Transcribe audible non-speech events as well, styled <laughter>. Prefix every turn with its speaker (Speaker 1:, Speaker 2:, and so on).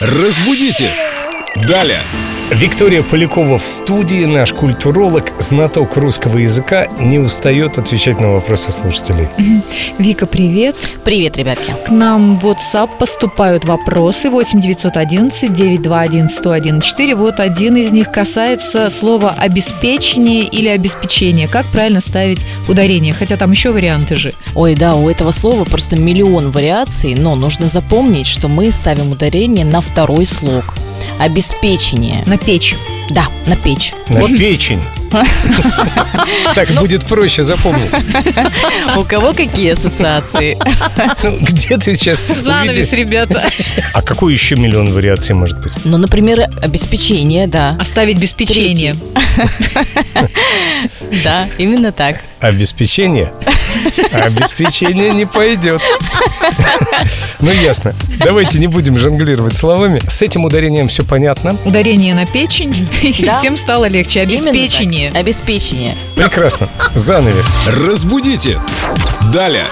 Speaker 1: Разбудите! Далее!
Speaker 2: Виктория Полякова в студии, наш культуролог, знаток русского языка, не устает отвечать на вопросы слушателей.
Speaker 3: Вика, привет.
Speaker 4: Привет, ребятки.
Speaker 3: К нам в WhatsApp поступают вопросы 8 911 921 1014. Вот один из них касается слова обеспечение или обеспечение. Как правильно ставить ударение? Хотя там еще варианты же.
Speaker 4: Ой, да, у этого слова просто миллион вариаций, но нужно запомнить, что мы ставим ударение на второй слог. Обеспечение.
Speaker 3: На печь.
Speaker 4: Да, на печь.
Speaker 2: На печень. Так будет проще запомнить.
Speaker 4: У кого какие ассоциации?
Speaker 2: Ну, где ты сейчас увидишь?
Speaker 3: ребята.
Speaker 2: А какой еще миллион вариаций может быть?
Speaker 4: Ну, например, обеспечение, да.
Speaker 3: <laughs> Оставить без печенья.
Speaker 4: Да, именно так.
Speaker 2: Обеспечение? Обеспечение не пойдет. Ну, ясно. Давайте не будем жонглировать словами. С этим ударением все понятно.
Speaker 3: Ударение на печень. И
Speaker 4: Да.
Speaker 3: всем стало легче.
Speaker 4: Именно так.
Speaker 3: Обеспечение.
Speaker 4: Обеспечение.
Speaker 2: Прекрасно. Занавес.
Speaker 1: Разбудите! Далее!